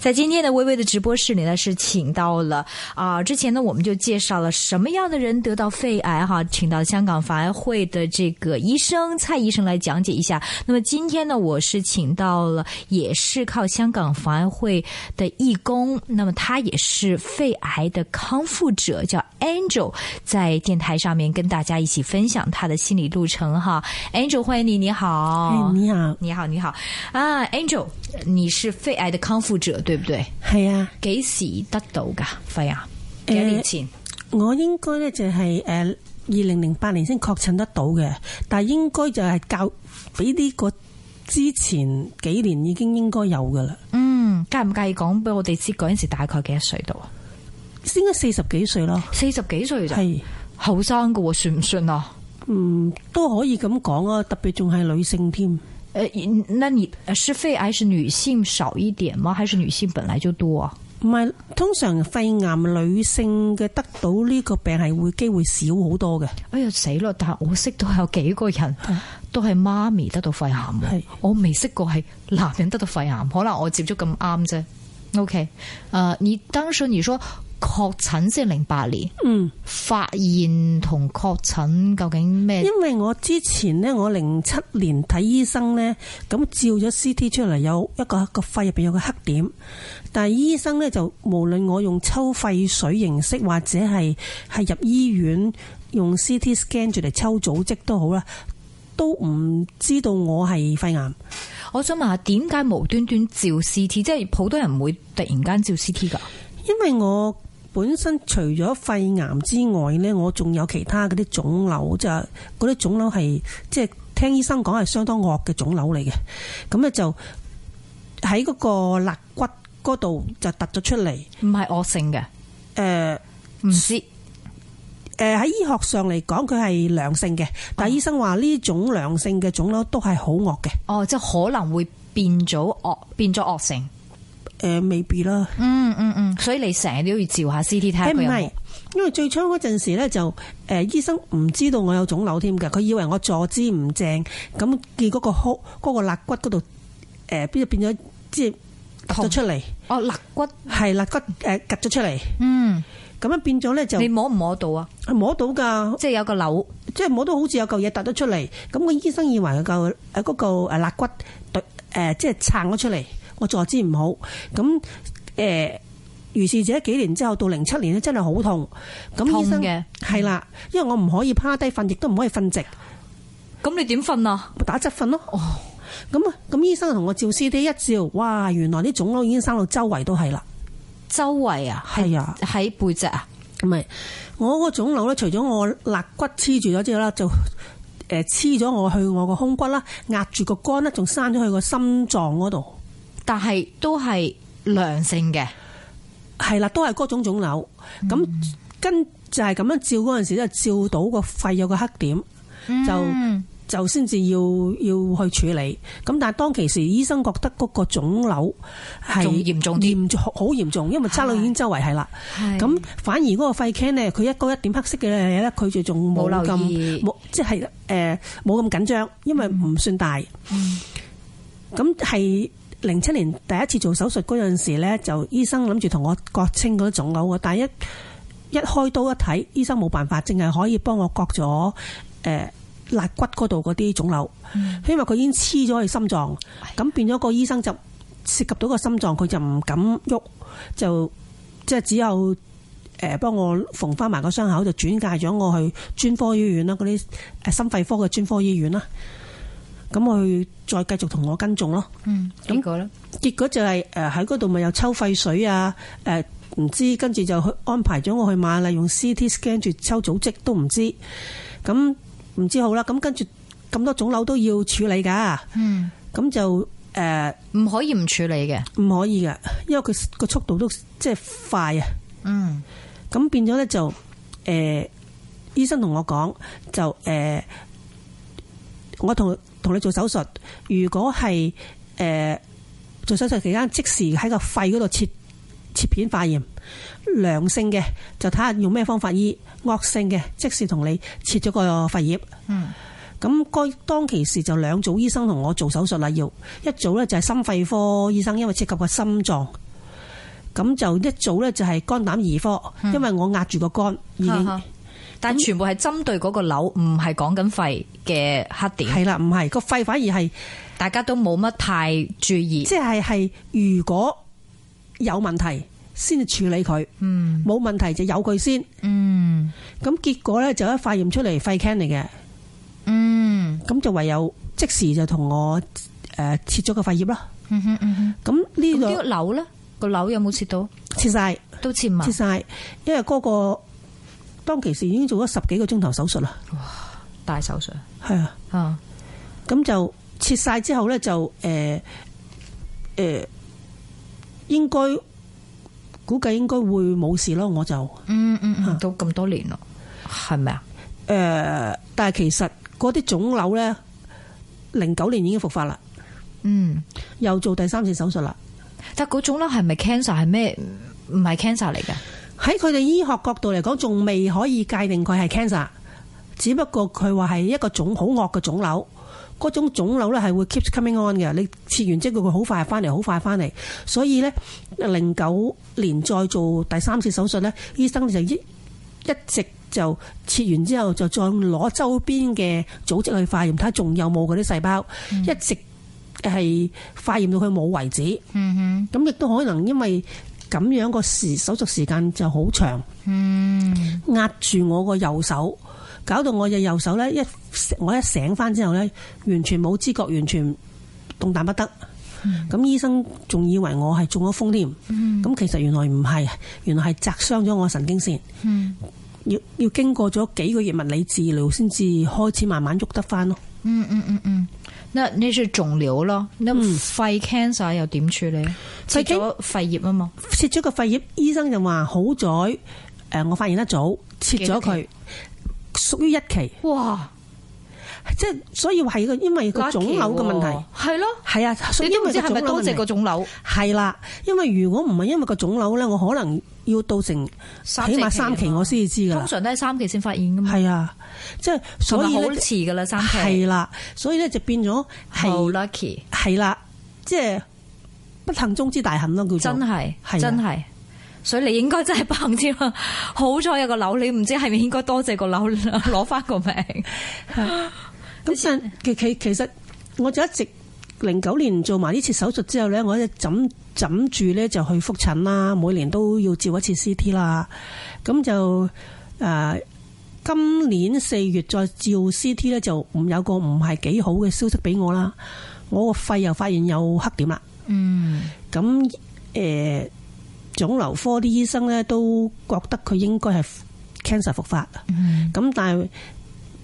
在今天的微微的直播室里呢，是请到了啊、之前呢我们就介绍了什么样的人得到肺癌哈，请到香港防癌会的这个医生蔡医生来讲解一下。那么今天呢，我是请到了也是靠香港防癌会的义工，那么他也是肺癌的康复者，叫 Angel，在电台上面跟大家一起分享他的心理路程哈。Angel，欢迎你，你好哦哎，，你好，你好，你好啊，Angel，你是肺癌的康复者對唔對？系啊，幾時得到㗎肺癌？幾多年前？我應該咧就係诶二零零八年先確診得到嘅，但系应该就係較比呢個之前幾年已經應該有噶啦，嗯，介唔介意講俾我哋知嗰阵时大概幾多歲度啊？應該四十幾歲咯，四十幾歲咋？係後生㗎喎，算唔算啊？嗯都可以咁講啊，特別仲係女性添，呃，那你呃是肺癌是女性少一點嗎？還是女性本來就多啊？唔係通常肺癌女性嘅得到呢個病係會機會少好多嘅，哎呀死咯！但係我識到有幾個人都係媽咪得到肺癌喎，係我未識過係男人得到肺癌，可能我接觸咁啱啫。OK，诶、你當時你說確診先零八 年，嗯。發現同確診究竟咩因？為我之前呢，我零七年睇醫生呢，咁照咗 CT 出嚟有一個個肺入邊有個黑點，但係醫生呢，就無論我用抽肺水形式或者係係入醫院用 CT scan 住嚟抽組織都好啦，都唔知道我係肺癌。我想問下點解無端端照 CT？即係好多人唔會突然間照 CT 㗎。因為我本身除咗肺癌之外呢，我仲有其他嗰啲腫瘤，就係嗰啲腫瘤係即係聽醫生講係相當惡嘅腫瘤嚟嘅。咁咧就喺嗰個肋骨嗰度就突咗出嚟。唔係惡性嘅，誒唔知。誒喺醫學上嚟講，佢係良性嘅，但係醫生話呢種良性嘅腫瘤都係好惡嘅。哦，即係可能會變咗惡，變咗惡性。誒、未必啦。嗯嗯嗯，所以你成日都要照下 CT 睇下誒唔佢有冇係，因為最初嗰陣時咧就誒、呃、醫生唔知道我有腫瘤添㗎，佢以為我坐姿唔正，咁結果個哭嗰、個肋骨嗰度誒邊就變咗即係凸咗出嚟，哦肋骨。係肋骨誒夾咗出嚟，嗯，咁樣變咗咧就你摸唔摸到啊？摸到㗎，即係有個瘤。即係摸到好似有嚿嘢凸咗出嚟，咁、個醫生以為有嚿誒嗰嚿誒肋骨對誒即係撐咗出嚟，我坐姿唔好，咁誒。呃如是者幾年之後到零七年咧，真係好痛。咁醫痛生嘅係啦，因為我唔可以趴低瞓，亦都唔可以瞓直，咁你點瞓啊？咪打側瞓咯。咁啊，咁醫生同我照 C D 一照，哇！原來啲腫瘤已經生到周圍都係啦。周圍啊，係係啊喺背脊啊。唔係，我個腫瘤咧，除咗我肋骨黐住咗之後啦，就誒黐咗我去我個胸骨啦，壓住個肝啦，仲生咗去個心臟嗰度。但係都係良性嘅。係啦，都係嗰種腫瘤。咁、嗯跟就係咁樣照嗰陣時咧，照到個肺有個黑點，嗯就就先至要要去處理。咁但係當其時，醫生覺得嗰個腫瘤係仲嚴重啲嚴重好好嚴重，因為渣女已經周圍係啦。係咁反而嗰個肺 can 咧，佢一高一點黑色嘅嘢咧，佢就仲冇冇留咁意冇，即係誒冇咁緊張，因為唔算大。咁係零七年第一次做手術嗰陣時咧，就醫生諗住同我割清嗰啲腫瘤喎，但係一一開刀一睇，醫生冇辦法，淨係可以幫我割咗誒肋骨嗰度嗰啲腫瘤，因為佢已經黐咗去心臟，咁變咗個醫生就涉及到個心臟，佢就唔敢喐，就即係只有。誒幫我縫翻埋個傷口，就轉介咗我去專科醫院啦，嗰啲誒心肺科嘅專科醫院啦。咁我去再繼續同我跟蹤咯。嗯，咁結果咧，結果就係誒喺嗰度咪有抽肺水啊，誒、唔知跟住就去安排咗我去馬麗用 CT scan 住抽組織都唔知，咁唔知好啦。咁跟住咁多腫瘤都要處理㗎，嗯，咁就誒唔、唔可以唔處理嘅。可以㗎，因為佢個速度都即係快啊。嗯，咁變咗咧就誒、呃、醫生同我講就誒、呃我同同你做手術，如果係誒、呃做手術期間即時喺個肺嗰度切切片化驗，良性嘅就睇下用咩方法醫，惡性嘅即時同你切咗個肺葉。嗯。咁該當其時就兩組醫生同我做手術啦，要一組呢就係心肺科醫生，因為涉及個心臟；咁就一早咧就係肝膽兒科，因為我壓住個肝已經嗯哈哈但全部係針對嗰個瘤，唔係講緊肺嘅黑點，係啦，唔係個肺反而係大家都冇乜太注意。即係係如果有問題先處理佢，嗯冇問題就有佢先。嗯咁結果咧就一化驗出嚟肺 can 嚟嘅，嗯咁就唯有即時就同我誒切咗個肺葉啦。嗯哼嗯哼，咁呢咁呢度個瘤咧，個瘤有冇切到？切晒，都切埋切。晒，因為嗰、個當其時已經做咗十幾個鐘頭手術啦，大手術係啊。啊，咁就切晒之後咧，就誒誒，應該估計應該會冇事咯。我就誒、嗯嗯嗯，都咁多年咯，係咪啊？呃但係其實嗰啲腫瘤咧，零九年已經復發啦，嗯，又做第三次手術啦。但嗰種瘤係咪 cancer 係咩？唔係 cancer 嚟嘅，喺佢哋醫學角度嚟講，仲未可以界定佢係 cancer，只不過佢話係一個腫好惡嘅腫瘤。嗰種腫瘤咧係會 keep coming on 嘅，你切完之後佢會好快翻嚟，好快翻嚟。所以呢，零九年再做第三次手術呢，醫生就一一直就切完之後就再攞周邊嘅組織去化驗，睇下仲有冇嗰啲細胞，一直係化驗到佢冇為止。嗯咁亦都可能因為咁樣個時手術時間就好長，哼，嗯壓住我個右手，搞到我隻右手呢，一我一醒翻之後呢，完全冇知覺，完全動彈不得。咁、醫生仲以為我係中咗風添，咁、其實原來唔係，原來係砸傷咗我神經線，嗯要要經過咗幾個月物理治療先至開始慢慢喐得翻咯。嗯嗯嗯嗯，那呢是腫瘤咯，那肺 cancer 又點處理？切嗯肺 can- 咗肺葉啊嘛，切咗個肺葉，醫生就話好在誒、呃我發現得早，切咗佢，屬於一期。哇，即係所以係個因為個腫瘤嘅問題，係咯，係啊，所以你因都唔為知個係咪腫瘤多謝個問題腫瘤係啦，因為如果唔係因為個腫瘤咧，我可能要到成三起碼四三期啊嘛我先至知噶通啦，常都係三期先發現噶嘛，係啊，即係同所埋以好咧遲噶啦，三期係啦，所以咧就變咗好係 lucky，係啦，即係不幸中之大幸咯，叫真做係係啊真係。所以你應該真係棒添啊！ 好彩有個瘤，你唔知係咪應該多謝個瘤 攞翻個名？咁但其其其實我就一直零九年做埋呢次手術之後咧，我一枕枕住咧就去復診啦，每年都要照一次 CT 啦。咁就誒、呃今年四月再照 CT 咧，就唔有個唔係幾好嘅消息俾我啦。我個肺又發現有黑點啦。嗯咁誒、呃、腫瘤科啲醫生咧都覺得佢應該係 cancer 復發。啊嗯咁但係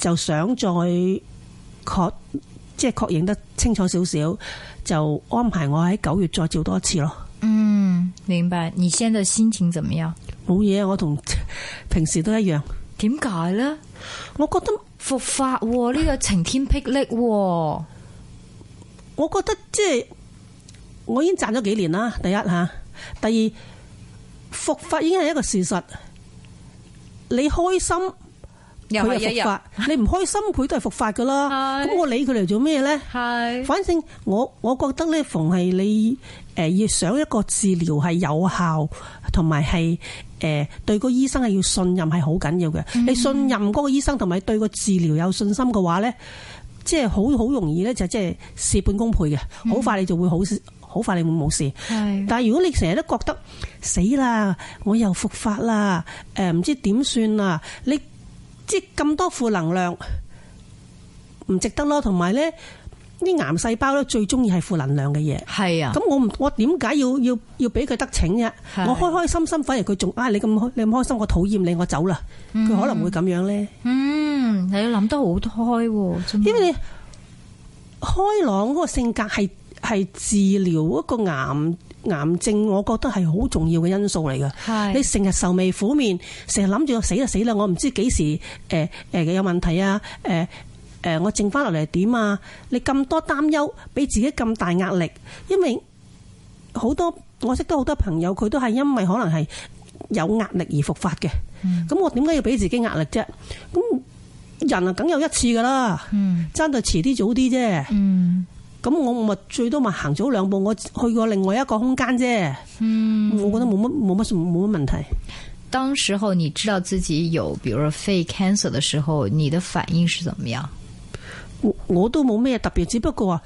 就想再確即係確認得清楚少少，就安排我喺九月再照多一次咯。嗯，明白。你現在心情怎麼樣？冇嘢，我同 平時都一樣。點解呢？我覺得復發喎呢、個晴天霹靂喎，我覺得即係我已經賺咗幾年啦。第一吓，第二復發已經係一個事實。你開心又佢係又一復日 發，你唔開心佢都係復發噶啦。係咁我理佢嚟做咩呢？係反正我我覺得咧，逢係你誒要想一個治療係有效，同埋係誒對個醫生係要信任係好緊要嘅。嗯你信任嗰個醫生，同埋對個治療有信心嘅話咧，即係好好容易咧就即係事半功倍嘅，好快你就會好好快你會冇事。係但係如果你成日都覺得死啦，我又復發啦，誒、唔知點算啦，你即係咁多負能量，唔值得咯。同埋咧，啲癌細胞咧最中意係負能量嘅嘢。係啊，咁我唔我點解要要要俾佢得逞啫？係我開開心心，反而佢仲啊你咁開你咁開心，我討厭你，我走啦。佢可能會咁樣咧，嗯，你要諗得好開喎，真係因為你開朗嗰個性格係係治療一個癌癌症，我覺得係好重要嘅因素嚟嘅。係你成日愁眉苦面，成日諗住我死啦死啦，我唔知幾時誒誒、呃呃有問題啊誒。呃呃我剩翻落嚟係點啊？你咁多擔憂，俾自己咁大壓力，因為好多我識得好多朋友，佢都係因為可能係有壓力而復發嘅。咁、我點解要俾自己壓力啫？咁人啊，梗有一次噶啦，嗯爭在遲啲早啲啫。嗯咁咁我咪最多咪行早兩步，我去過另外一個空間啫。嗯，我覺得冇乜冇乜冇乜問題。当时候你知道自己有，比如说肺 cancer 的时候，你的反应是怎么样？我我都冇咩特別，只不過話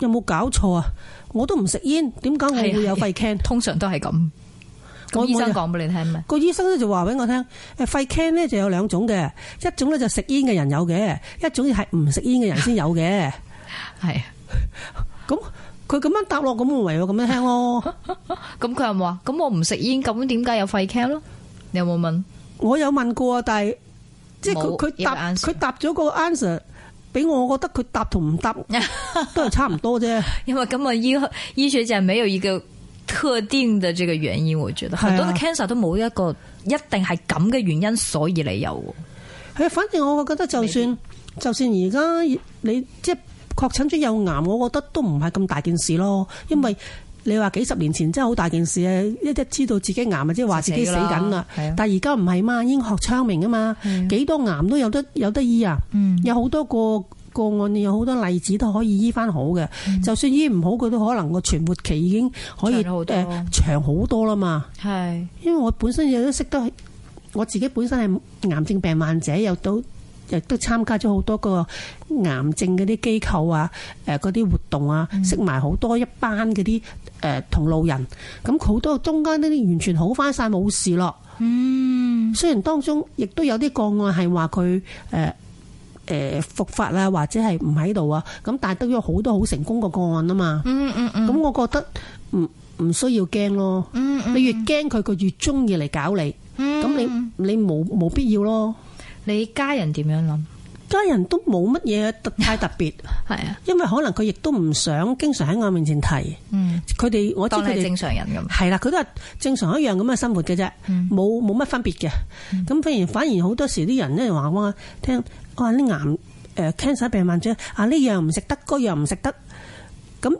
有冇搞錯啊？我都唔食煙，點啊解我會有肺 can？通常都係咁。我咁醫我生講俾你聽咩？個醫生咧就話俾我聽，誒肺 can 咧就有兩種嘅，一種咧就食煙嘅人有嘅，一種係唔食煙嘅人先有 嘅。係。咁佢咁樣答落，咁我唯有咁樣聽咯。咁佢又冇話：咁我唔食煙，咁點解有肺 can 咯？你有冇問？我有問過啊，但係即係佢冇一佢個答 answer 佢答咗個 answer 俾我，我覺得佢答同 唔答都係差唔多啫。因為根本醫醫學界沒有一個特定的這個原因，我覺得係啊很多的 cancer 都冇一個一定係咁嘅原因，所以你有喎。誒，反正我覺得就算就算而家你即係確診咗有癌，我覺得都唔係咁大件事咯，因嗯為。你話幾十年前真係好大件事啊！一一知道自己癌啊，即係話自己死緊啦就死㗎啦係啊。嗯但係而家唔係嘛，醫學昌明啊嘛，幾多癌都有得有得醫啊！有好多個個案，有好多例子都可以醫翻好嘅。就算醫唔好，佢都可能個存活期已經可嗯長以咗好誒、多長好多啦嘛。係因為我本身亦都識得，我自己本身係癌症病患者，又到亦都參加咗好多個癌症嗰啲機構啊，誒嗰啲活動啊，識埋好多一班嗰啲誒同路人，咁好多中間呢啲完全好翻晒冇事咯。嗯，雖然當中亦都有啲個案係話佢誒。誒復發啊，或者係唔喺度啊，咁但係都有好多好成功個個案啊嘛。嗯嗯嗯。咁我覺得唔唔需要驚咯。嗯你越驚佢，佢越中意嚟搞你。咁你你冇冇必要咯？你家人點樣諗？家人都冇乜嘢特太特 別，係啊，因為可能佢亦都唔想經常喺我面前提。嗯，佢哋我知當佢你係哋正常人咁。係啦，佢都係正常一樣咁嘅生活嘅啫，冇冇乜分別嘅。咁反而反而好多時啲人咧話哇，聽哇啲癌誒 cancer 病患者啊呢樣唔食得，嗰樣唔食得，咁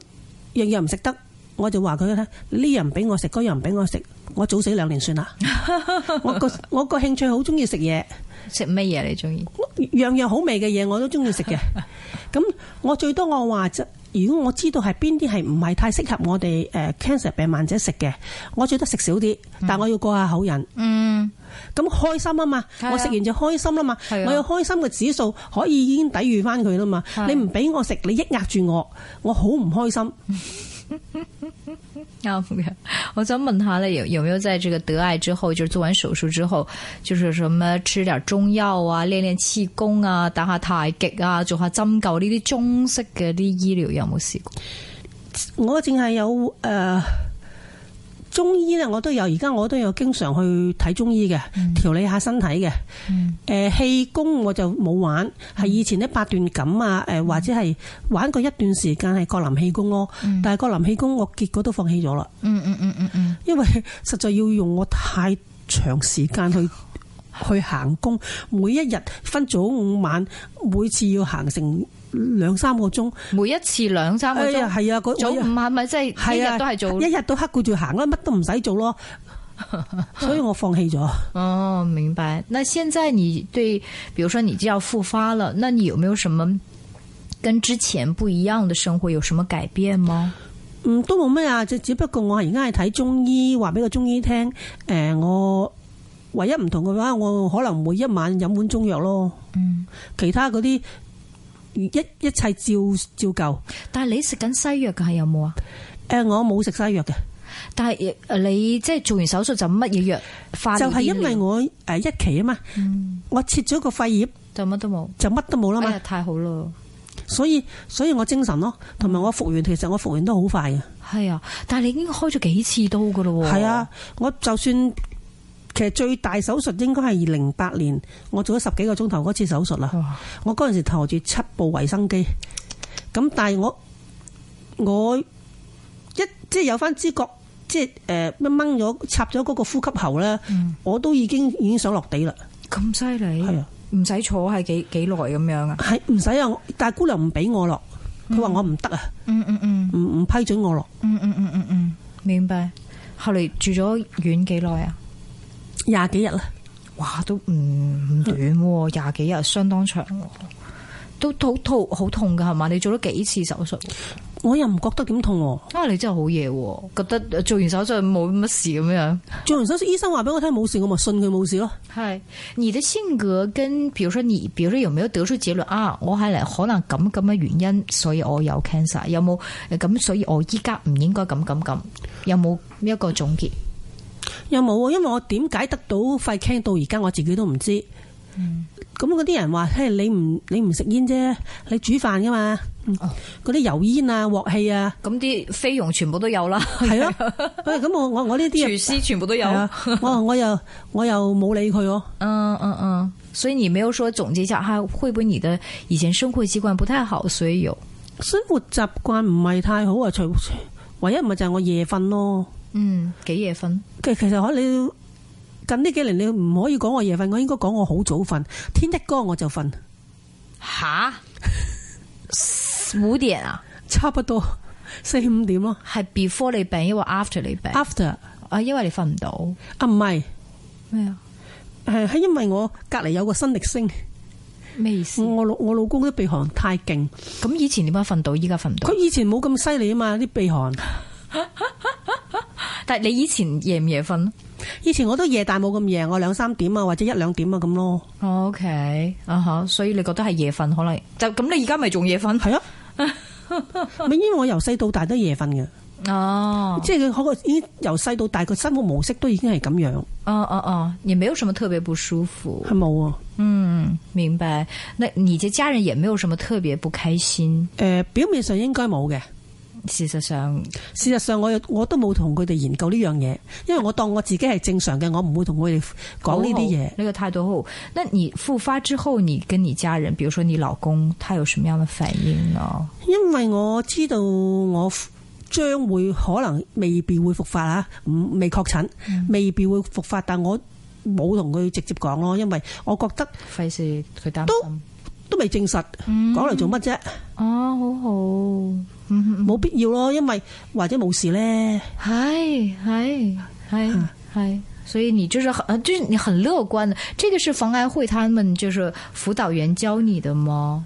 樣樣唔食得，我就話佢咧呢樣唔俾我食，嗰樣唔俾我食，我早死兩年算啦。我個我個興趣好中意食嘢。食乜嘢你中意？ 樣樣好味嘅嘢我都中意食嘅。咁我最多我話就，如果我知道係邊啲係唔係太適合我哋誒 cancer 病患者食嘅，我最多食少啲，但我要過下口癮。嗯，咁開心啊嘛，係啊我食完就開心啦嘛，係啊我有開心嘅指數可以已經抵禦翻佢啦嘛。係你唔俾我食，你抑壓住我，我好唔開心。啱嘅。啊我想問下咧，有有沒有在這個得癌之後，就是做完手術之後，就是什麼吃點中藥啊，練練氣功啊，打下太極啊，做下針灸呢啲中式嘅啲醫療有冇試過？我淨係有誒、呃中醫咧，我都有，而家我都有經常去睇中醫嘅，調理下身體嘅。誒、呃氣功我就冇玩，係以前呢八段錦啊，誒、或者係玩過一段時間係國林氣功咯，但係國林氣功我結果都放棄咗啦，嗯嗯嗯嗯嗯，因為 實在要用我太長時間去。去行工，每一日分早午晚，每次要行成兩三個鐘。每一次兩三個哎呀鐘，係啊，嗰早我午晚咪即係一係啊，日都係做。一日到黑顧住行啦，乜都唔使 做咯，所以我放棄咗。哦，明白。那現在你對，比如說你就要復發了，那你有沒有什麼跟之前不一樣的生活有什麼改變嗎？嗯，都冇咩啊，只只不過我而家係睇中醫，話俾個中醫聽。誒、我唯一唔同嘅話，我可能每一晚飲碗中藥咯。嗯，其他嗰啲一一切照照舊。誒、但係你食緊西藥嘅係有冇啊？我冇食西藥嘅，但係誒你即係做完手術就乜嘢藥化療就係啲因為療我誒一期啊嘛，嗯我切咗個肺葉就乜都冇，就乜都冇啦哎嘛，呀太好啦！所以所以我精神咯，嗯同埋我復原，其實我復原都好快嘅。係啊，但係你已經開咗幾次刀噶咯喎。係啊，，我就算其實最大手術應該係二零八年，我做咗十幾個鐘頭嗰次手術啦。哇我嗰陣時抬住七部維生機，咁但係我我一即係有翻知覺，即係誒乜掹咗插咗嗰個呼吸喉咧，我都已經已經想落地啦。咁犀係利，啊，唔使坐係幾幾耐咁樣啊？係唔使啊，我但係姑娘唔俾我落，佢話我唔得啊，嗯嗯嗯唔唔批准我落。嗯嗯嗯嗯嗯，明白。後嚟住咗院幾耐啊？廿幾日啦，哇，都唔唔短喎，廿幾日相當長喎。都好痛好痛噶係嘛？你做咗幾次手術？我又唔覺得點痛喎、啊，你真係好嘢喎！覺得呃做完手術冇乜事咁樣。做完手術，醫生話俾我聽冇事，我咪信佢冇事咯。係你的性格跟，比如說你，比如說有沒有得出結論啊？我係嚟可能咁咁嘅原因，所以我有 cancer，有冇呃咁？所以我依家唔應該咁咁咁，有冇一個總結？又冇啊，因為我點解得到肺 can 到而家我自己都唔知。咁嗰啲人話：，嘿，你唔你唔食煙啫，你煮飯噶嘛？哦嗰啲油煙啊、鑊氣啊，咁啲菲傭全部都有 啦，係咯、喂，咁我我我呢 啲廚師全部都有係。啊，我我又我又冇理佢喎。嗯嗯嗯，所以你沒有說總結一下，啊，會不會你的以前生活習慣不太好，所以有？生活習慣唔係太好啊，除唯一咪就係我夜瞓咯。嗯，幾夜瞓？其其實可你近呢幾年你唔可以講我夜瞓，我應該講我好早瞓，天一光我就瞓，吓？五點啊？差不多四五點咯。係 before 你病，抑或 after 你病？ After 啊，因為你瞓唔到啊，唔係。咩啊？係係因為我隔離有個新力星，咩意思？我老我老公啲鼻鼾太勁，咁以前點解瞓到，依家瞓唔到佢？以前冇咁犀利啊嘛啲鼻鼾，但係你以前夜唔夜瞓以前我都夜但冇咁夜，我兩三點啊或者一兩點啊咁咯， ？O K，啊哈，所以你覺得係夜瞓可能就咁？你而家咪仲夜瞓？係啊，咪因為我由細到大都夜瞓嘅，哦，即係佢嗰個已經由細到大個生活模式都已經係咁樣，哦哦哦，也沒有什麼特別不舒服。係冇啊。嗯，明白。那你嘅家人也沒有什麼特別不開心，誒、表面上應該冇嘅，事實上，事實上我又我都冇同佢哋研究呢樣嘢，因為我當我自己係正常嘅，我唔會同佢哋講呢啲嘢好。那個態度好。那你復發之後，你跟你家人，比如說你老公，他有什麼樣的反應啊呢？因為我知道我將會可能未必會復發啊，唔未確診，嗯未必會復發，但我冇同佢直接講咯，因為我覺得費事佢擔都心。都未證實，嗯講嚟做乜啫？啊，好好，嗯，冇必要咯，因為或者冇事呢。係係係係，所以你就是很，就是你很樂觀的。這個是防癌會他們就是輔導員教你的嗎？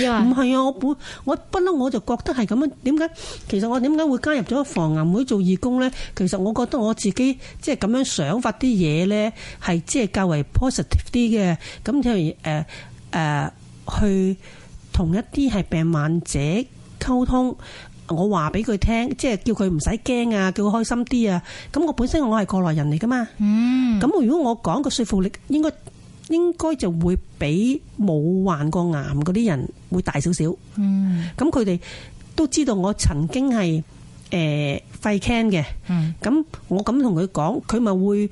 呀唔係啊，我本我不嬲我就覺得係咁樣。點解？其實我點解會加入咗防癌會做義工呢？其實我覺得我自己即係咁樣想法啲嘢呢，係即係較為 positive 啲嘅。咁譬如誒誒，去同一啲係病患者溝通。我話俾佢聽，即係叫佢唔使驚啊，叫佢開心啲啊。咁我本身我係過來人嚟噶嘛，嗯，咁如果我講個說服力，應該應該就會比冇患過癌嗰啲人會大少少。咁嗯佢哋都知道我曾經係誒肺 can 嘅，嗯咁我咁同佢講，佢咪會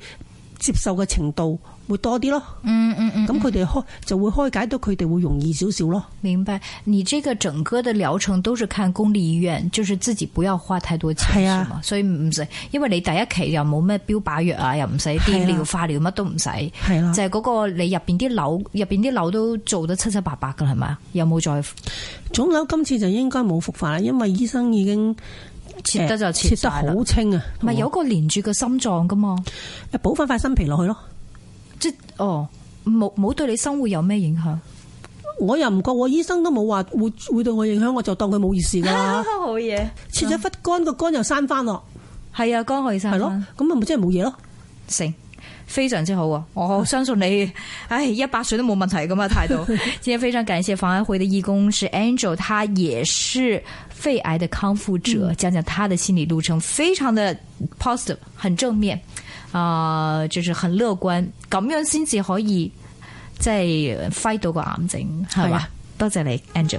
接受嘅程度會多啲咯。嗯嗯嗯，咁佢哋開就會開解到佢哋會容易少少咯。明白。你這個整個的療程都是看公立醫院，就是自己不要花太多錢，係啊是嗎所以唔使，因為你第一期又冇咩標靶藥啊，又唔使係啲啊療化療乜都唔使。係啦就，係嗰個你入邊啲瘤，入邊啲瘤都做得七七八八噶啦，係咪啊？有冇再腫瘤今次就應該冇復發啦，因為醫生已經切得就呃切得晒啦好清啊，咪有個連住個心臟噶嘛？誒補翻塊新皮落去咯。即哦，冇冇對你生活有咩影響？我又唔覺喎，醫生都冇話會會對我影響，我就當佢冇意思㗎啦。 好嘢，切咗忽肝，個肝又生翻咯，係啊，江海生係咯，咁咪即係冇嘢咯。成。非常之好啊！我相信你， 唉，一百歲都冇問題咁啊 態度。今天非常感謝防癌會的義工是 Angel，他也是肺癌的康復者，嗯講講他的心理路程，非常的 positive，很正面，啊、就是很樂觀，咁樣先至可以即係 fight 到個癌症，係係嘛啊？多謝你，Angel。